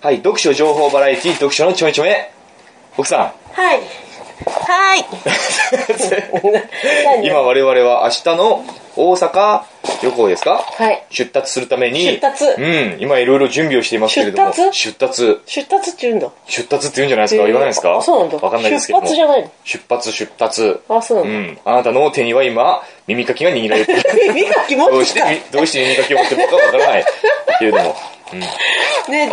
はい、読書情報バラエティ、読書のちょめちょめ。奥さん。はい。はい。何今我々は明日の大阪旅行ですかはい。出立するために。出立うん、今いろいろ準備をしていますけれども。出立出立出発って言うんだ。出立って言うんじゃないですか言わないですかそうなんだ。わかんないですけど出も。発じゃないの。出発、出立。あ、そううなんだ。ん。あなたの手には今、耳かきが握られて いる。耳が気持どうしちいいか。て、どうして耳かきを持ってるのかわからない。けれども。ね、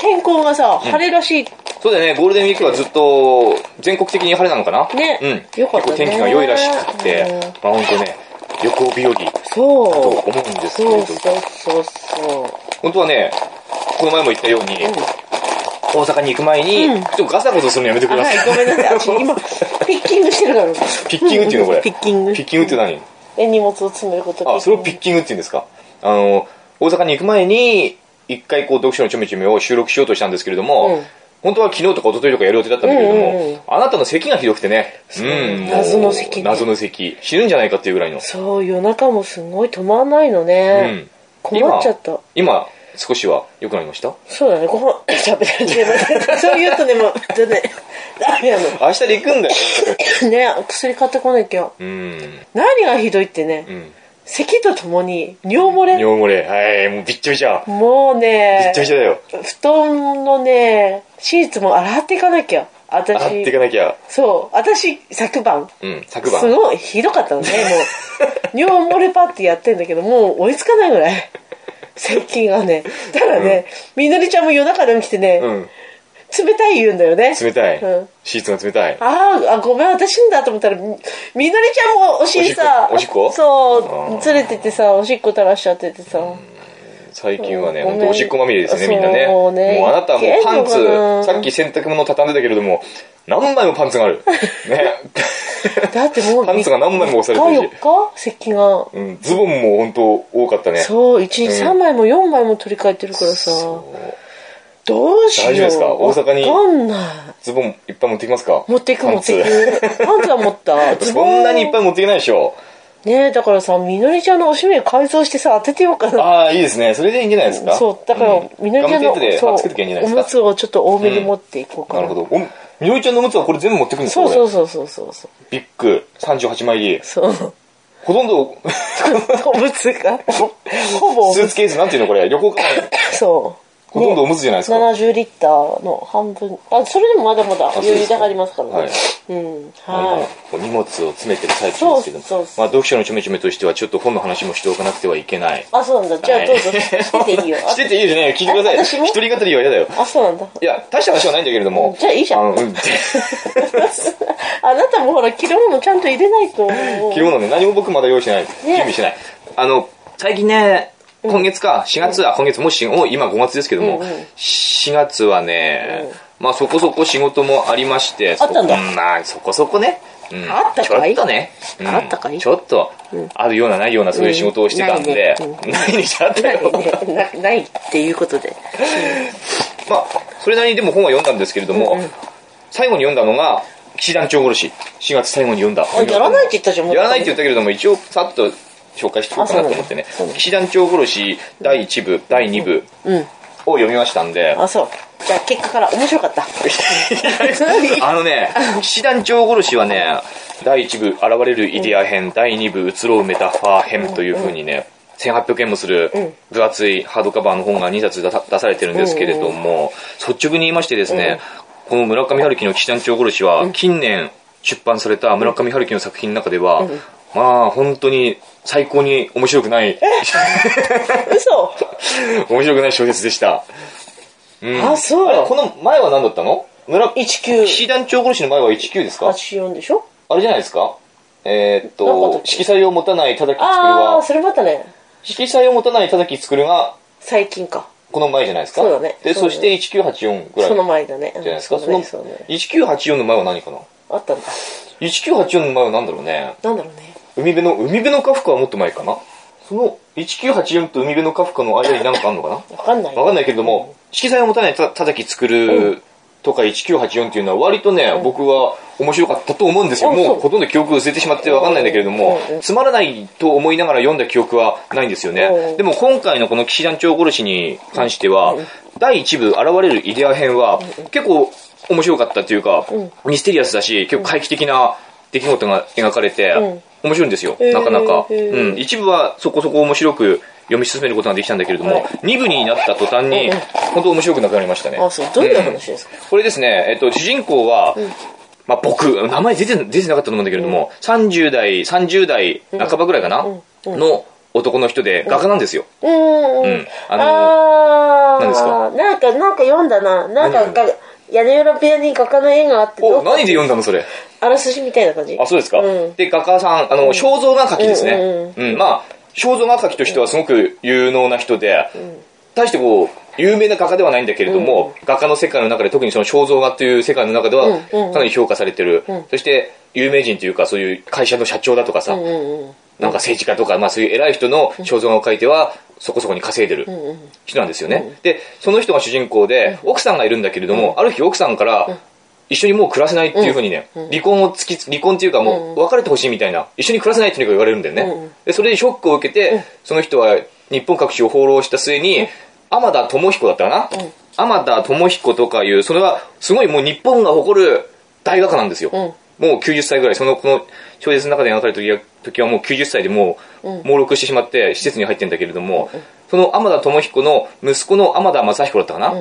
天候がさ、晴れらしい。そうだよね、ゴールデンウィークはずっと全国的に晴れなのかなねうん。よかっ結たね構天気が良いらしくって、まあ本当ね、旅行日和だとそう。思うんですけれどそうも、そうそうそう。本当はね、この前も言ったように、ん大阪に行く前に、うんちょっとガサゴサするのやめてくあだはさい。い、ごめんなさい。私 今、ピッキングしてるから。ピッキングっていうのこれ。ピッキングピッキングって何え、荷物を詰めることあ、それをピッキングって言うんですか。あの、大阪に行く前に、一回こう、読書のちょめちょめを収録しようとしたんですけれども、うん本当は昨日とか一昨日とかやる予定だったんだけれども、うんうんうんあなたの咳がひどくてね、うん、もう謎の咳ね謎の咳。死ぬんじゃないかっていうぐらいの。そう、夜中もすごい止まんないのね。困っちゃった。今、少しは良くなりましたそうだね、ご飯食べられてます。そう言うとね、もう、全然、ダメな明日で行くんだよ。の。ね、薬買ってこなきゃ。うん。何がひどいってね、うん。咳とともに尿漏れ。尿漏れ。はい、もうびっちょびちょ。もうびねっちょ、びちょだよ。布団のね、シーツも洗っていかなきゃ。あってい私か、なきゃ。そう、私、昨晩、うん、昨晩。すごいひどかったのね もう尿漏れパってやってんだけどもう追いつかないぐらい咳がねただね、みのりちゃんも夜中でも来てね、うん、冷たい言うんだよね冷たい、うんシーツが冷たい。あーあごめん私んだと思ったらみみのりちゃんもお尻さおしっこおしっこそあう連れてってさおしっこ垂らしちゃっててさ最近はね、ごめん本当おしっこまみれですね、みんなね。そうねもうあなたはもうパンいけんのかなツ、さっき洗濯物畳んでたけれども、何枚もパンツがある。ね。だってもうパンツが何枚も押されてるし3日4日咳が、 うん、ズボンも本当多かったね。そう1日うん3枚も4枚も取り替えてるからさ、そうどうしよう大丈夫ですか大阪にわかんないズボンいっぱい持ってきますか持っていくパ持ンってツいくパンツは持ったズボン そんなにいっぱい持っていけないでしょ。ねえだからさみのりちゃんのおしめ改造してさ当ててようかなああ、いいですね。それでいいんじゃないですか。そうだから、みのりちゃんのガムテープでそ貼うっつけときゃいいんじゃなおいむですつをちょっと多めに持っていこうか。かなるな、ほど。おみのりちゃんのおむつはこれ全部持ってくんですかそうそううそうそうそうそうビッグ38枚入り。そうほとんど、おむつがほほぼおスーむツケースなんていうのこれ、旅行 かつそうほとんどおむつじゃないですか。 70リッターの半分あそれでもまだまだそう余です裕かがありますからねはいうん今はこう荷物を詰めてる最中ですけどもそうそうそうまあ、読書のちょめちょめとしてはちょっと本の話もしておかなくてはいけないいあそうなんだじゃあどうぞしてていい よしてていいよじゃないよ聞いてくだあさ私いも一人語りは嫌だよあそうなんだいや大した話はないんだけれどもじゃあいいじゃんあのうんあなたもほら着るものちゃんと入れないと着 るものね何も僕まだ用意してない、準備してないあの最近ね今月か4月は今月もうしもう今5月ですけども、うんうん4月はね、まあそこそこ仕事もありましてあったんそだこ,、うんまあ、そこそこね、うんあったかいちょっとね、うんあったかいちょっと、あるようなないようなそういう仕事をしてたんで、うんないないにしちゃったなよいねなないっていうことでまあそれなりにでも本は読んだんですけれども、最後に読んだのが騎士団長殺し4月最後に読んだあやらないって言ったじゃんもうやらないって言ったけれども一応さっと紹介しておこうかなと思ってねあそうなんだ騎士団長殺し第1部、第2部うんを読みましたんで、あそうじゃあ結果から面白か った あのね、騎士団長殺しはね、第1部、現れるイデア編、第2部、移ろうメタファー編というふうにね、1800円もする分厚いハードカバーの本が2冊出さ出されてるんですけれども、率直に言いましてですね、この村上春樹の騎士団長殺しは、近年出版された村上春樹の作品の中では、まあ本当に最高に面白くない、 嘘面白くない小説でした。うんあそうあれこの前は何だったの村騎士1984団長殺しの前は19ですかでしょあれじゃないですかえーっなんかだとっ、け色彩を持たない叩き作るああは、それまたね色彩を持たない叩き作るが、最近かこの前じゃないですか。そうだねで、そうだそねして1984ぐらいじそのゃない前だねうんですか。そそうだの、ねそうだね1984の前は何かなあったんだ ?1984 の前は何だろうね。なんだろうね海辺の、海辺のカフカはもっと前かなその、1984と海辺のカフカの間に何かあんのかなわかんないわかんないけれども、色彩を持たないた叩き作るとか1984っていうのは割とね、僕は面白かったと思うんですよ。あそうもうほとんど記憶が薄れてしまってわかんないんだけれどもうんうん、つまらないと思いながら読んだ記憶はないんですようねん。でも今回のこの騎士団長殺しに関しては、第1部現れるイデア編は結構面白かったというか、ミステリアスだし、結構怪奇的な出来事が描かれて、面白いんですよ、へーなかなか。へーうん、一部はそこそこ面白く読み進めることができたんだけれども、二部になった途端にうんうん、本当面白くなくなりましたね。あそうどういううん話ですか、これですね、えっと、主人公は、まあ、僕、名前出て出てなかったと思うんだけれども、30代、30代半ばぐらいかな、うんの男の人で、画家なんですよ。うーん、うんあのあー何ですかなんかなんか読んだななんか何読が屋根裏部屋に画家の絵があってどお、っか何で読んだのそれ。あらすじみたいな感じあ、そうですか。うんで、画家さん、あの、肖像画描きですね。うんうん、まあ、肖像画描きとしてはすごく有能な人で、大してこう、有名な画家ではないんだけれども、画家の世界の中で特にその肖像画という世界の中ではうんうんかなり評価されてる。そして、有名人というか、そういう会社の社長だとかさ、うんうんうんなんか政治家とか、まあ、そういう偉い人の肖像画を描いては、そこそこに稼いでる人なんですよね。で、その人が主人公で、奥さんがいるんだけれども、ある日奥さんから、一緒にもう暮らせないっていうふうにね、離婚を突きつ、離婚っていうかもう別れてほしいみたいな、一緒に暮らせないっていうのが言われるんだようんうねん。で、それでショックを受けて、その人は日本各地を放浪した末に、天田智彦だったかな天田智彦とかいう、それはすごいもう日本が誇る大画家なんですよ。もう90歳ぐらい、その、この小説の中で描かれた時は時はもう90歳でもう、猛録してしまって、施設に入ってんだけれども、その天田智彦の息子の天田正彦だったかな、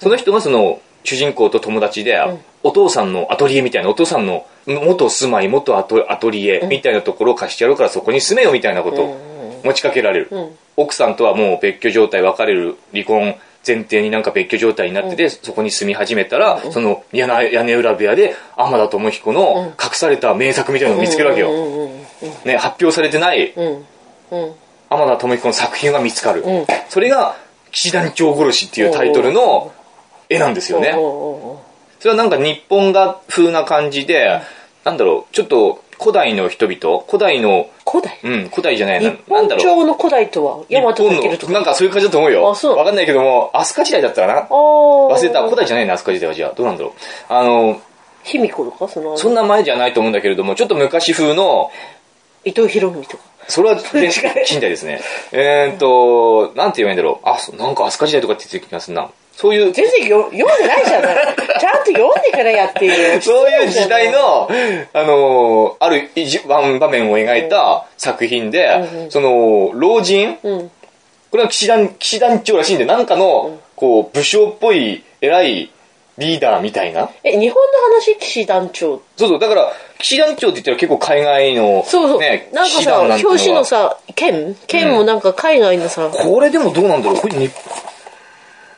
その人がその、主人公と友達で、お父さんのアトリエみたいな、お父さんの元住まい、元アトアトリエみたいなところを貸してやるからそこに住めよみたいなことを持ちかけられる。奥さんとはもう別居状態、別れる、離婚前提になんか別居状態になってて、そこに住み始めたら、その屋根屋根裏部屋で天田智彦の隠された名作みたいなのを見つけるわけよ。うんうんうんね、発表されてないうんうん天田智彦の作品が見つかる、うんそれが「騎士団長殺し」っていうタイトルの絵なんですよね、おうおうおうそれはなんか日本画風な感じで、なんだろうちょっと古代の人々古代の古代うん古代じゃないな日なん本だろう朝の古代とは日大和本武尊とのかなんかそういう感じだと思うよあそうわかんないけども飛鳥時代だったかな忘忘れた古代じゃないな飛鳥時代はじゃあどうなんだろうあの卑弥呼とかそのそんな前じゃないと思うんだけれどもちょっと昔風の伊藤博文とかそれはれ全違う近代です ね。えーっと、なんて言えばいいんだろう。あ、そうなんか飛鳥時代とかって言ってた気がするな。そういう、全然よ読ん でないじゃないちゃんと読んでからやっていうそういう時代の、あのーある一番場面を描いた作品うんうで、んその、老人、うんこれは騎士団、騎士団長らしいんで、なんかの、こう、武将っぽい、偉いリーダーみたいな。え日本の話騎士団長そうそう、だから、騎士団長って言ったら結構海外の、そうそう、ね、なん騎か士さ団なんていう表紙ののは。さ剣剣もなんか海外のさこれでもどうなんだろう。これ日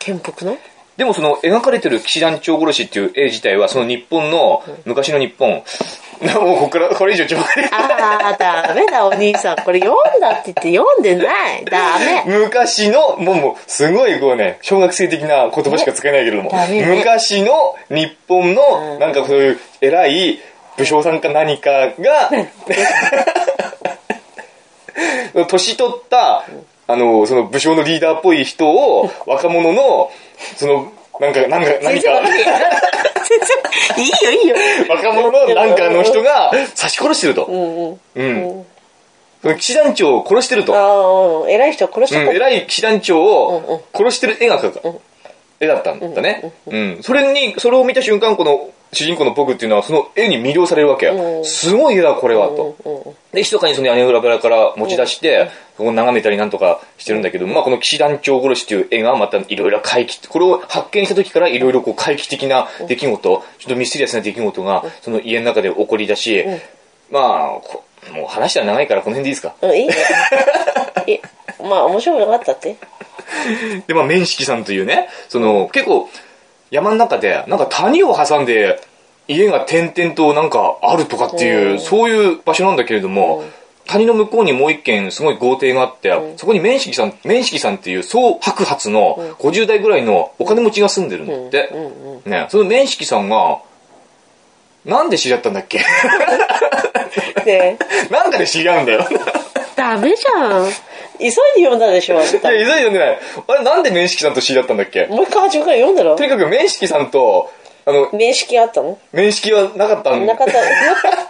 剣っぽくないでもその描かれてる騎士団長殺しっていう絵自体はその日本の昔の日本、 もうここからこれ以上情報がないあーダメだお兄さんこれ読んだって言って読んでないダメ昔のもうもうすごいこうね小学生的な言葉しか使えないけれどもダメね昔の日本うのんなんかそういう偉い武将さんか何か が年取ったあのその武将のリーダーっぽい人を若者のそのなんかなんか何全 然かわかんない全然 いいよいいよ若者のなんかの人が刺し殺してると。うんうんうん。その騎士団長を殺してると。ああ偉い人殺しうん、ちゃった、偉い騎士団長うんうをん殺してる絵が描く、絵だったんだね。うん。それに、それを見た瞬間、この主人公の僕っていうのは、その絵に魅了されるわけうよ。んすごい絵だ、これは、と。うんで、密かにその屋根裏部屋から持ち出して、ここ眺めたりなんとかしてるんだけど、まあこの騎士団長殺しっていう絵がまたいろいろ怪奇、これを発見した時からいろいろこう怪奇的な出来事、ちょっとミステリアスな出来事が、その家の中で起こりだし、まあ、こもう話したら長いからこの辺でいいですか。うんいいよいいまあ面白くなかったってで、まあ、面識さんというね、その、結構、山の中で、なんか谷を挟んで、家が点々となんかあるとかっていう、そういう場所なんだけれども、谷の向こうにもう一軒すごい豪邸があって、そこに面識さん、面識さんっていう総白髪の50代ぐらいのお金持ちが住んでるんだって。うんうんね、その面識さんが、なんで知り合ったんだっけ ねえなんかで知り合うんだ よ。ダメじゃん急いで読んだでしょあんいたや、いずれ読んでない。あれ、なんで面識さんと知り合ったんだっけもう一回初めから読んだろとにかく面識さんとあの、面識あったの面識はなかったんなかった。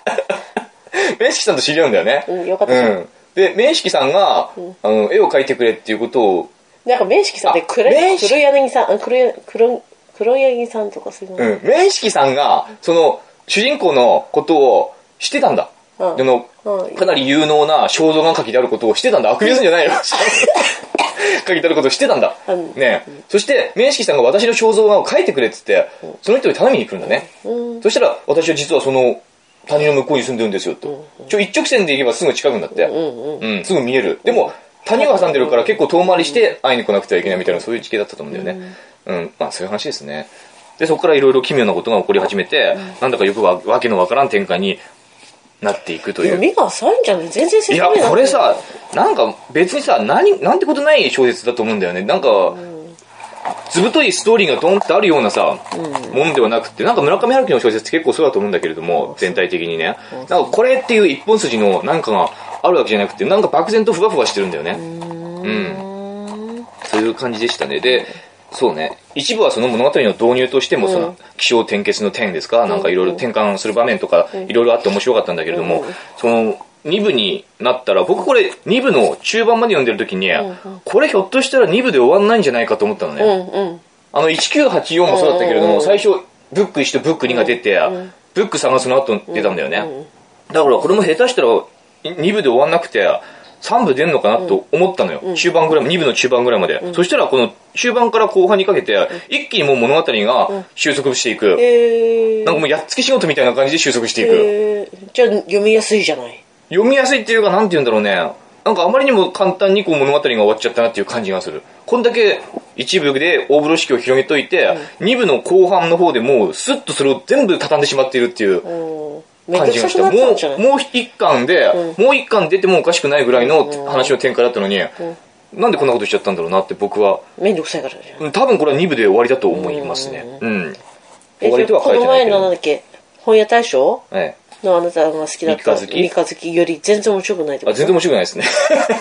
面識さんと知り合うんだよね。うんよかったうんで、面識さんが、あの、絵を描いてくれっていうことを、なんか面識さんって黒面い識黒柳さん、あ黒い黒黒柳さんとかすごい。うん、面識さんが、その、主人公のことを知ってたんだ。うんであの、うんかなり有能な肖像画描きであることを知ってたんだ。悪用するんじゃないよ。 描きであることを知ってたんだうん。ねそして、面識さんが私の肖像画を描いてくれって言って、その人に頼みに来るんだね。うんそしたら、私は実はその、谷の向こうに住んでるんですよと。ちょ、一直線で行けばすぐ近くになって。うんうん。うん、すぐ見える。でも、谷を挟んでるから結構遠回りして会いに来なくてはいけないみたいな、そういう地形だったと思うんだよね。うん、まあそういう話ですね。で、そこからいろいろ奇妙なことが起こり始めて、なんだかよくわわけのわからん展開になっていくという。目が浅いんじゃない全然い説明やなくて、これさ、なんか別にさ、何、なんてことない小説だと思うんだよね。なんか、ずぶといストーリーがドンってあるようなさ、もんではなくて、なんか村上春樹の小説って結構そうだと思うんだけれども、全体的にね。なんかこれっていう一本筋のなんかがあるわけじゃなくて、なんか漠然とふわふわしてるんだよね。うん。そういう感じでしたね。で、そうね。一部はその物語の導入としても、その、気象転結の点ですか、なんかいろいろ転換する場面とか、いろいろあって面白かったんだけれども、その、2部になったら、僕これ2部の中盤まで読んでる時に、これひょっとしたら2部で終わんないんじゃないかと思ったのね。うんうん。あの、1984もそうだったけれどうんうんも、うん最初、ブック1とブック2が出て、ブック3がその後出たんだよね。だからこれも下手したら2部で終わんなくて、3部出んのかなと思ったのよ。中盤ぐらい、2部の中盤ぐらいまで。そしたらこの中盤から後半にかけて、一気にもう物語が収束していく。えー。なんかもうやっつけ仕事みたいな感じで収束していく。えー、じゃあ読みやすいじゃない。読みやすいっていうか、なんて言うんだろうね。なんかあまりにも簡単にこう物語が終わっちゃったなっていう感じがする。こんだけ一部で大風呂敷を広げといて、二部の後半の方でもうスッとそれを全部畳んでしまっているっていううん。めん感どくじがさしくた。なもったんじゃなう、いもう一巻で、もう一巻出てもおかしくないぐらいの話の展開だったのに、なんでこんなことしちゃったんだろうなって僕は、めんどくさいからじゃなうい。ん多分これは二部で終わりだと思いますね。うん。終わりとは書こいてのない前けのなど。んだっけ本屋大賞ええのあなたが好きだった三日月三日月より全然面白くないってこあと全然面白くないです ね。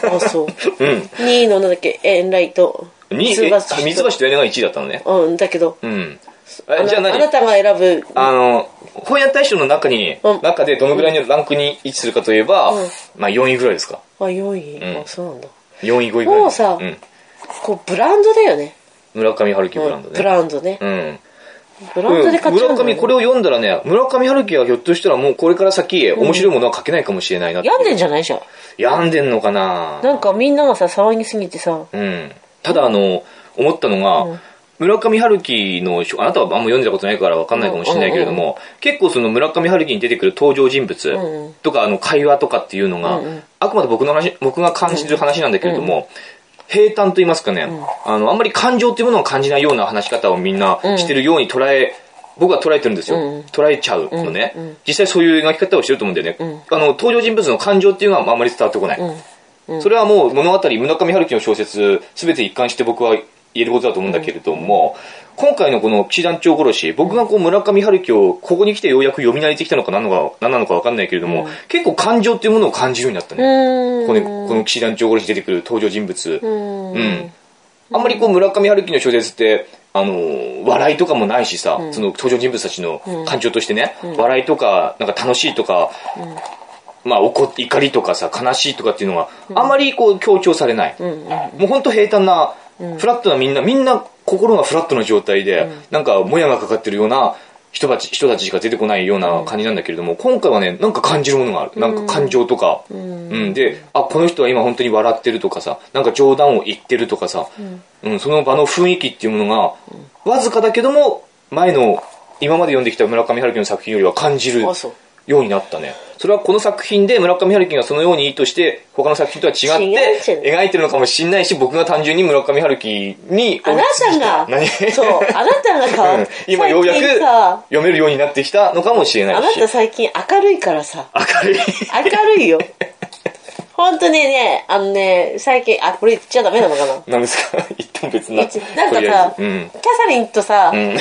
あ、そう。うん。 2位のなんだっけ、エンライト。に、ツーえバスと三橋と屋根が1位だったのね。うん、だけど、うん。あえなじゃああな何たが選ぶ、あの、本屋大賞の中に、うん中でどのぐらいのランクに位置するかといえば、うんまあ4位ぐらいですか。あ、4位、うんあ、そうなんだ。 4位、5位ぐらい。もうさん、こう、ブランドだよね。村上春樹ブランドうんブね。ランドねう。ん。ブランドで買っちゃ村うんだよね上、これを読んだらね、村上春樹はひょっとしたらもうこれから先、面白いものは書けないかもしれないなっていう病んでんじゃないじゃん。病んでんのかななんかみんながさ、騒ぎすぎてさ、うん。ただ、あの、思ったのが、村上春樹の書、あなたはあんま読んだことないから分かんないかもしれないけれども、結構その村上春樹に出てくる登場人んう物とか、あの、会話とかっていうのが、うんうんあくまで僕の話、僕が感じる話なんだけれども、平坦と言いますかね、あの、あんまり感情っていうものを感じないような話し方をみんなしてるように捉え、僕は捉えてるんですよ。うん捉えちゃうのね、実際そういう描き方をしてると思うんだよね。あの、登場人物の感情っていうのはあんまり伝わってこない。それはもう物語、村上春樹の小説、すべて一貫して僕は言えることだと思うんだけれども、今回のこの騎士団長殺し、僕がこう村上春樹をここに来てようやく読み慣れてきたのか何のか何なのかわかんないけれども、結構感情っていうものを感じるようになったうね。ーん。このこの騎士団長殺し出てくる登場人物。うんうん。あんまりこう村上春樹の小説って、あのー笑いとかもないしさ、その登場人物たちの感情としてね、笑いとか、なんか楽しいとか、まあ怒り怒りとかさ、悲しいとかっていうのが、あまりこう強調されない。もうほんと平坦な、フラットなみんな、みんな心がフラットな状態で、なんかもやがかかってるような人たち、人たちしか出てこないような感じなんだけれども、今回はね、なんか感じるものがある。なんか感情とか、うん、で、あ、この人は今本当に笑ってるとかさ、なんか冗談を言ってるとかさ、うん、その場の雰囲気っていうものが、わずかだけども、前の、今まで読んできた村上春樹の作品よりは感じるあそうようになったね。それはこの作品で村上春樹がそのように意図して、他の作品とは違違うんじゃっないて、描いてるのかもしれないし、僕が単純に村上春樹に、あなたが、何そう、あなたがさ、うん今ようやく最近さ、読めるようになってきたのかもしれなあいなし。た最近明るいからさ、明るい。明る いよ。本当にね、あのね、最近、あ、これ言っちゃダメなのかななんですか一旦別な。なんかとさり、キャあえずサうん。リンとさ、ん遊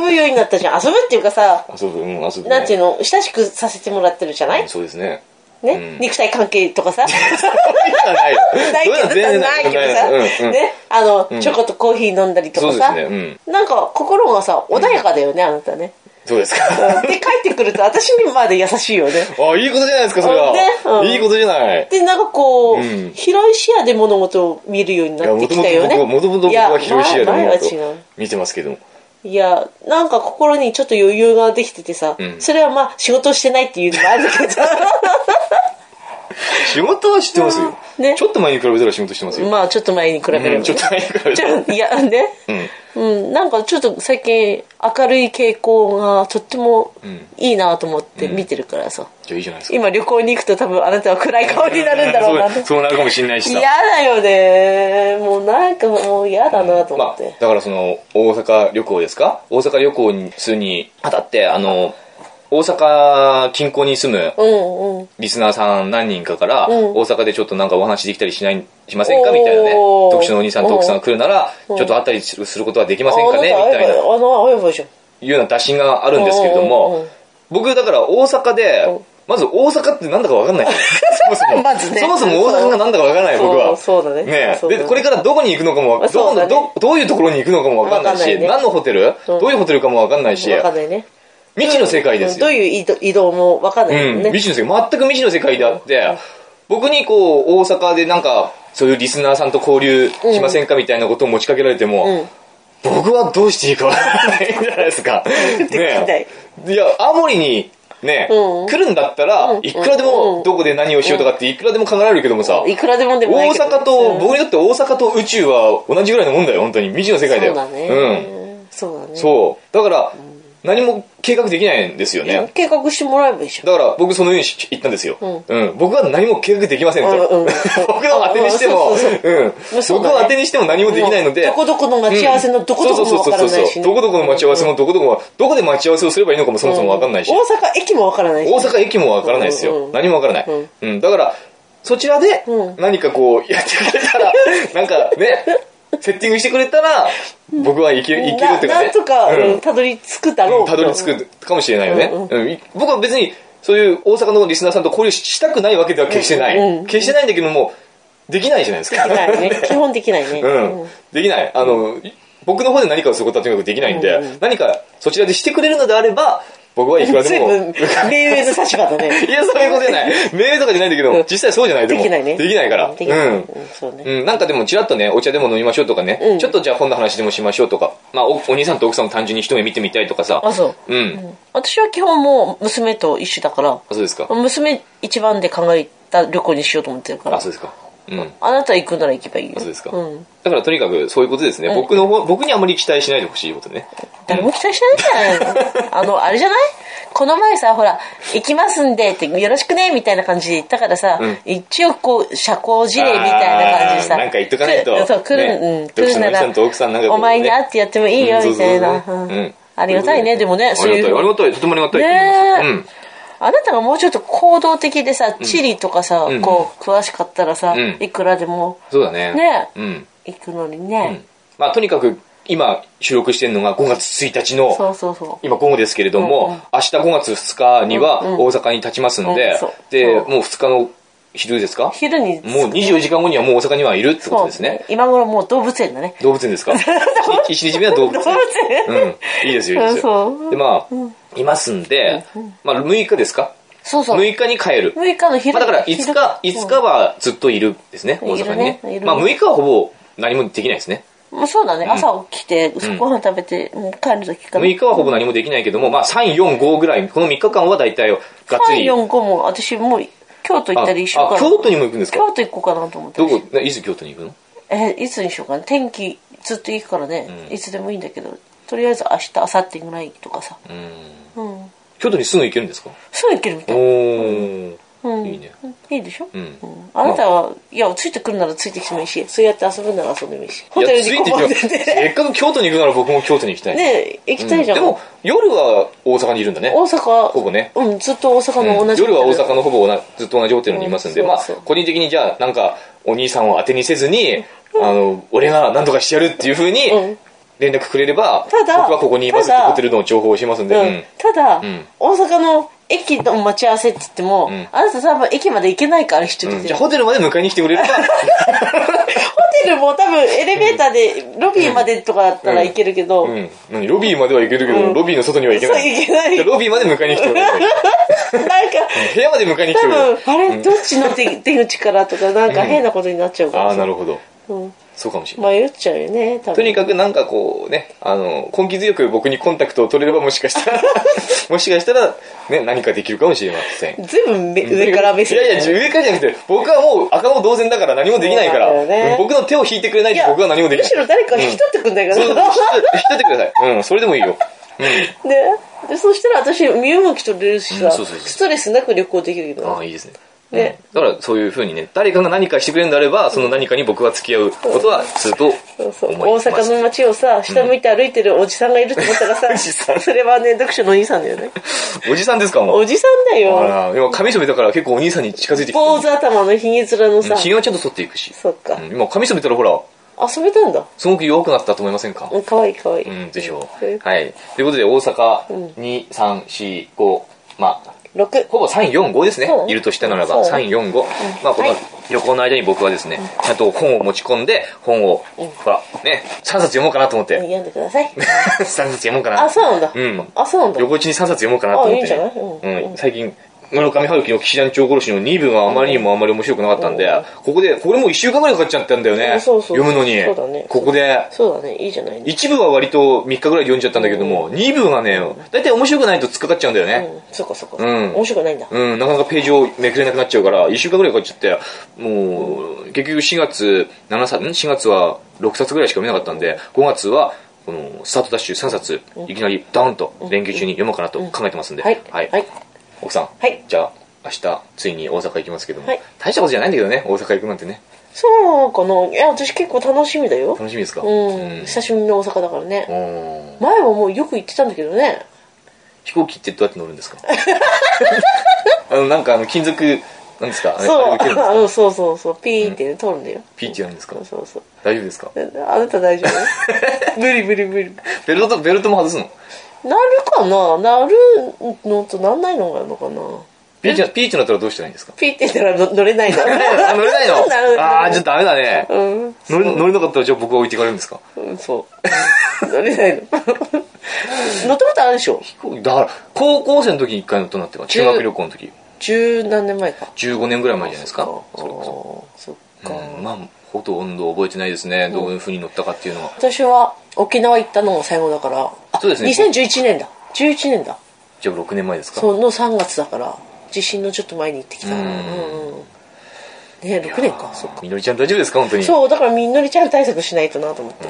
ぶようになったじゃん。遊ぶっていうかさ、遊ぶ、うん、遊ぶ、ね。なんていうの、親しくさせてもらってるじゃないそうですね。ね、うん肉体関係とかさじゃないよ。ないけどさないけどさ、うんうんねあの、チョコとコーヒー飲んだりとかさ、そうですねなんか心がさ穏やかだよね、あなたねそうですでか。帰ってくると私にまで優しいよねあ、いいことじゃないですか、それねうは。んいいことじゃない。でなんかこう、うん広い視野で物事を見るようになってきたよねもともと僕は広い視野でいや前物は事違をう見てますけども。いやなんか心にちょっと余裕ができててさ、んそれはまあ仕事をしてないっていうのもあるんだけどさ仕事は知ってますよ。ねちょっと前に比べたら仕事してますよ。まあちょっと前に比べれば、ねうんちょっと前に比べたちら。ょいやねうん、なんかちょっと最近明るい傾向がとってもいいなと思って見てるからさ、じゃあいいじゃないですか。今旅行に行くと多分あなたは暗い顔になるんだろう なそうそうなるかもしれないし嫌さ。だよねもうなんかもう嫌だなと思まあっ、て、だからその、大阪旅行ですか大阪旅行にするにあたって、あの、大阪近郊に住むうんうんリスナーさん何人かから、ん大阪でちょっとなんかお話できたりしない、しませんかみたいなね。おー特殊のお兄さんと奥さんが来るなら、ちょんっと会ったりするすることはできまあせんかねあみたなた会いえな、ばいうあの会えばいいじゃんような打診があるんですけれどうんうんうもん、僕だから大阪で、まず大阪ってなんだかわかん ないんですよ。そもそも。まずねそもそも大阪がなんだかわからない、そう僕は。そうだねねそうだねで、これからどこに行くのかも、どそこうだのねど、どういうところに行くのかもわかんないわかんし、ないね何のホテルどういうホテルかもわかんないし、分かんないね未知の世界ですよどう。いう移動移動も分かんなういん、もんね、未知の世界、全く未知の世界であって、僕にこう、大阪でなんか、そういうリスナーさんと交流しませんかみたいなことを持ちかけられても、うん僕はどうしていいかわからないじゃないですか。きないねえいや、青森に、ね、うん来るんだったら、いくらでもどこで何をしようとかっていくらでも考えられるけどもさ、いくらでもでもな大いけど阪と、うん僕にとって大阪と宇宙は同じぐらいのもんだよ、本当に。未知の世界だよ。そうだうん。ね、そうだねそう。だから、何も計画できないんですよね。計画してもらえばいいじゃんだから僕そのようにし言ったんですよ、うん僕は何も計画できませんと、うんうん僕の当てにしても、うんそうそううまあん、そうだね僕は当てにしても何もできないので、どこどこの待ち合わせのどこどこもわからないしそうねそうそうそうどこどこの待ち合わせもどこどこもどこで待ち合わせをすればいいのかもそもそもわかんないし、大阪駅もわからないし大阪駅もわからないですよ、うんうん何もわからない、うんうだからそちらでうん何かこうやってくれた らなんかねセッティングしてくれたら僕は行ける行けるっていうかなねなんとかうんうんたどり着くだろうたどり着くかもしれないよね、うんうんい僕は別にそういう大阪のリスナーさんと交流ししたくないわけでは決してない、うんうん決してないんだけどもできないじゃないですかできないね基本できない ねうん、できないあの、い僕の方で何かをすることはとにかくできないんで、何かそちらでしてくれるのであれば僕はいくらで随も分目上の立場だ ねいやそういうことじゃないメールとかじゃないんだけど、実際そうじゃないでもできないねできないからうんできないうんうんそうねうん、なんかでもちらっとねお茶でも飲みましょうとかね、んちょっとじゃあ本の話でもしましょうとか、まあ、おお兄さんと奥さんも単純に一目見てみたいとかさあそううん、私は基本もう娘と一緒だからあそうですか娘一番で考えた旅行にしようと思ってるからあそうですかうんあなた行くなら行けばいいよそうですか、うんだからとにかくそういうことですね、僕の方僕にあまり期待しないでほしいことね誰も期待しないじゃないあのあれじゃないこの前さほら「行きますんで」って「よろしくね」みたいな感じで言ったからさ、ん一応こう社交辞令みたいな感じでさあーなんか言っとかないとくそう来る,、ねうん、来る読者のおなじさらんと奥さんなんかこうおね前に会ってやってもいいよみたいなそうそうそうそうううんんありがたいねでもねありがたいありがたいとてもありがたいと思いねますあなたがもうちょっと行動的でさ地理とかさ、んこう詳しかったらさ、んいくらでもうんそうだねねうん行くのにね、まあとにかく今収録してるのが5月1日のそうそうそう今午後ですけれども、うんうん明日5月2日には大阪に立ちますので、うんそうでそうもう2日の昼ですか昼に着くもう24時間後にはもう大阪にはいるってことですね今頃もう動物園だね動物園です か一一日目は動物園動物園うん、いいですよいいですうよんでまあ、いますんで、まあ、6日ですかそうそう6日に帰る、ま6日の昼あ、だから5昼日5日はずっといるですね大阪にねいるねいるねまあ、6日はほぼ何もできないですねもうそうだね、朝起きてご飯食べて、もう帰る時から6日はほぼ何もできないけども、まあ、345ぐらいこの3日間は大体がっつり345も私もう京都行ったり一緒あかあな京都にも行くんですか京都行こうかなと思ってどるこねいつ京都に行くのえいつにしようかな天気ずっといいからね、いつでもいいんだけどとりあえず明日明後日ぐらいとかさうん、京都にすぐ行けるんですかすぐ行けるみたおい、ー、うん、いいねいいでしょ、うんあなたは、いやついてくるならついてきてもいいしそうやって遊ぶなら遊んでもいいしホいやテルつにいてこきまもってすてせっかく京都に行くなら僕も京都に行きたいね行きたいじゃん、でも夜は大阪にいるんだね大阪ほぼねうんずっと大阪の同じ、夜は大阪のほぼおなずっと同じホテルにいますんで、うんまあそうそう個人的にじゃあなんかお兄さんを当てにせずにあの俺が何とかしてやるっていうふうにうん連絡くれればただ僕はここにいますってただホテルの情報をしますんで、ううんん、ただ、ん大阪の駅の待ち合わせって言っても、あなた多分駅まで行けないから一人で、じゃあホテルまで迎えに来てくれ ればホテルも多分エレベーターでロビーまでとかだったら行けるけど、うん何ロビーまでは行けるけど、ロビーの外には行けそうない行けないじゃあロビーまで迎えに来てくれればいいなんか部屋まで迎えに来てく多れれば分あれどっちの出出口からとかなんか変なことになっちゃうかあらあさなるほどうんそうかもしれない迷っちゃうよね多分とにかくなんかこうね、あの、根気強く僕にコンタクトを取れればもしかした ら、もしかしたら、ね、何かできるかもしれません。全部め上から目線いやいや、上からじゃなくて、僕はもう赤の同然だから何もできないから、そうなんだよねうん僕の手を引いてくれないいとや僕は何もできむない。しろ誰か引き取ってくんないかそうそうそうな、引き立ててください。うん、それでもいいよ。 ねでそしたら私身動き取れるしさ、うんそうそうそうストレスなく旅行できるけあどあ、いいですね。ねだからそういうふうにね、誰かが何かしてくれるんであれば、その何かに僕は付き合うことはすると思いそうます。そう大阪の街をさ下向いて歩いてるおじさんがいると思ったらさ、じさんそれはね読書のお兄さんだよねおじさんですかもう。おじさんだあよら、今髪染めたから結構お兄さんに近づいてきて坊主頭のひげ面のさ、ひげはちゃんと剃っていくし。そっか、うん今髪染めたらほら、遊べたんだすごく弱くなったと思いませんかうんかわいいかわいい、うん、でしょう。うんはい。ということで、大阪、2、3、4、5、まあ、 6ほぼ3、4、5ですねそうだ。ねいるとしたならば、そうだね3、4、5。まあ、このはい旅行の間に僕はですね、ちゃんと本を持ち込んで、本を、ほら、ね、3冊読もうかなと思って。読んでください 3冊読もうかな。あそうなんだ、うんあそうなんだ横一に3冊読もうかなと思ってね。あいいんじゃないうんうん。最近、村上春樹の騎士団長殺しの2部があまりにもあまり面白くなかったんで、ここで、これもう1週間ぐらいかかっちゃったんだようね。んそうそう読むのにそうだね。ここで。そうだねいいじゃない一部は割と3日ぐらいで読んじゃったんだけども、二部がね、大体面白くないと突っかかっちゃうんだよね。うんそっかそっか、ん面白くないんだ、うん、なかなかページをめくれなくなっちゃうから、1週間ぐらいかかっちゃって、もう、結局4月、7冊、ん ?4 月は6冊ぐらいしか見なかったんで、5月は、この、スタートダッシュ3冊、いきなりダウンと連休中に読もうかなと考えてますんで、はいははいい。奥さん、はいじゃあ、明日、ついに大阪行きますけどもはい、大したことじゃないんだけどね、大阪行くなんてね。そうかないや私結構楽しみだよ楽しみですかうん、久しぶりの大阪だからね、うん前はもうよく行ってたんだけどね飛行機ってどうやって乗るんですか あのなんかあの金属なんですかあれそう あれ受けるんですあかのそうそうそうピーってね、通るんだよピーってやるんですかそうそう大丈夫ですかあなた大丈夫 無理無理無理ベルトベルトも外すのなるかななるのとなんないのがあるのかなピーチピーチになったらどうしたらいいんですかピーって言ったらの乗れないのあ 乗れないの なるああじゃあダメだねうん乗れ乗れなかったらじゃあ僕は置いていかれるんですかうんそう乗れないの 乗ったことあるでしょ飛行機だから高校生の時に一回乗ったなってか中学旅行の時十何年前か15年ぐらい前じゃないですかそそれっかこそっそか、うんまあほとんど覚えてないですねどういう風に乗ったかっていうのは私は沖縄行ったのが最後だからあそうですね2011年だ11年だじゃあ6年前ですかその3月だから地震のちょっと前に行ってきたからうんうんうんね6年かそっかみのりちゃん大丈夫ですか本当にそうだからみんなりちゃん対策しないとなと思って、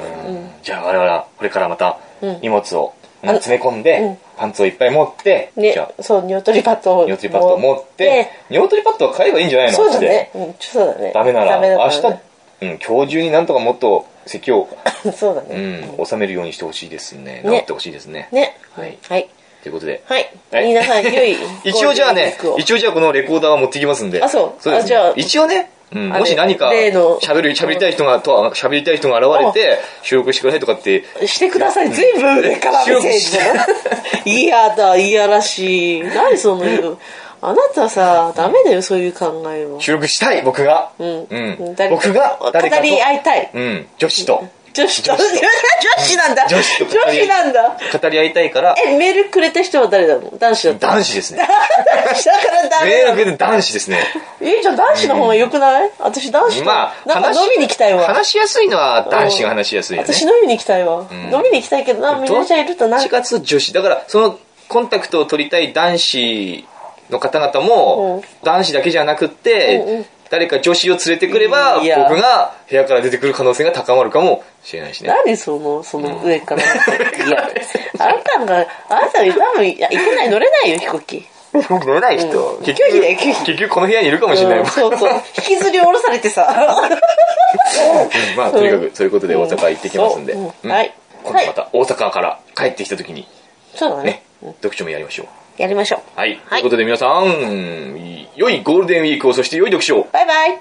じゃあ我々はこれからまた荷物をんあの詰め込んで、うんパンツをいっぱい持って、ねじゃあそうニワトリパッドをニワトリパッドを持ってニワトリパッドは買えばいいんじゃないのそうだマジねでうんちょそうだねダメならか明ね日、うん、今日中になんとかもっと席を、 そうだうね、ん、収めるようにしてほしいですねね治ってほしいですねねはいはい、ということで、はいはい 皆さん良い一応じゃあねゴールデンウィークを一応じゃあこのレコーダーは持ってきますんであそうですねあじゃあ一応ねうんあれもし何か例の喋る喋りたい人がと喋りたい人が現れて収録してくださいとかってしてください。随分上から目線じゃん。 いやだ、いやらしい。何その言う。あなたさ、ダメだよ、そういう考えは。収録したい僕が、うん誰か僕が誰かと語り合いたい。うん、女子と女子と、女女子と子なんだ。女子と語り合い女子なんだ。語り合いたいからえ、メールくれた人は誰だの男子だった。男子 ですね男子だからダメ迷だ惑で男子ですねえじゃあ男子の方が良くない、私男子と、まあなんか飲みに行きたいわ。話しやすいのは男子が話しやすいよね私飲みに行きたいわ。飲みに行きたいけどな、みんなちゃんいるとどなっち。かというと女子だからそのコンタクトを取りたい男子の方々も、男子だけじゃなくって、うんうん誰か女子を連れてくれば僕いやが部屋から出てくる可能性が高まるかもしれないしね何その、その 上から。いや、あなたが、あなた多分、いや、行けない、乗れないよ、飛行機。乗れない人、結拒否だよ拒局否結局この部屋にいるかもしれない、うん、そうそう。引きずり下ろされてさ。うん まあとにかく そういうことで大阪行ってきますんで、そうううんんはい。今は度まい。た大阪から帰ってきた時にそうだねね。、読書もやりましょうやりましょう。はい、ということで皆さん良いゴールデンウィークをそして良い読書をバイバイ。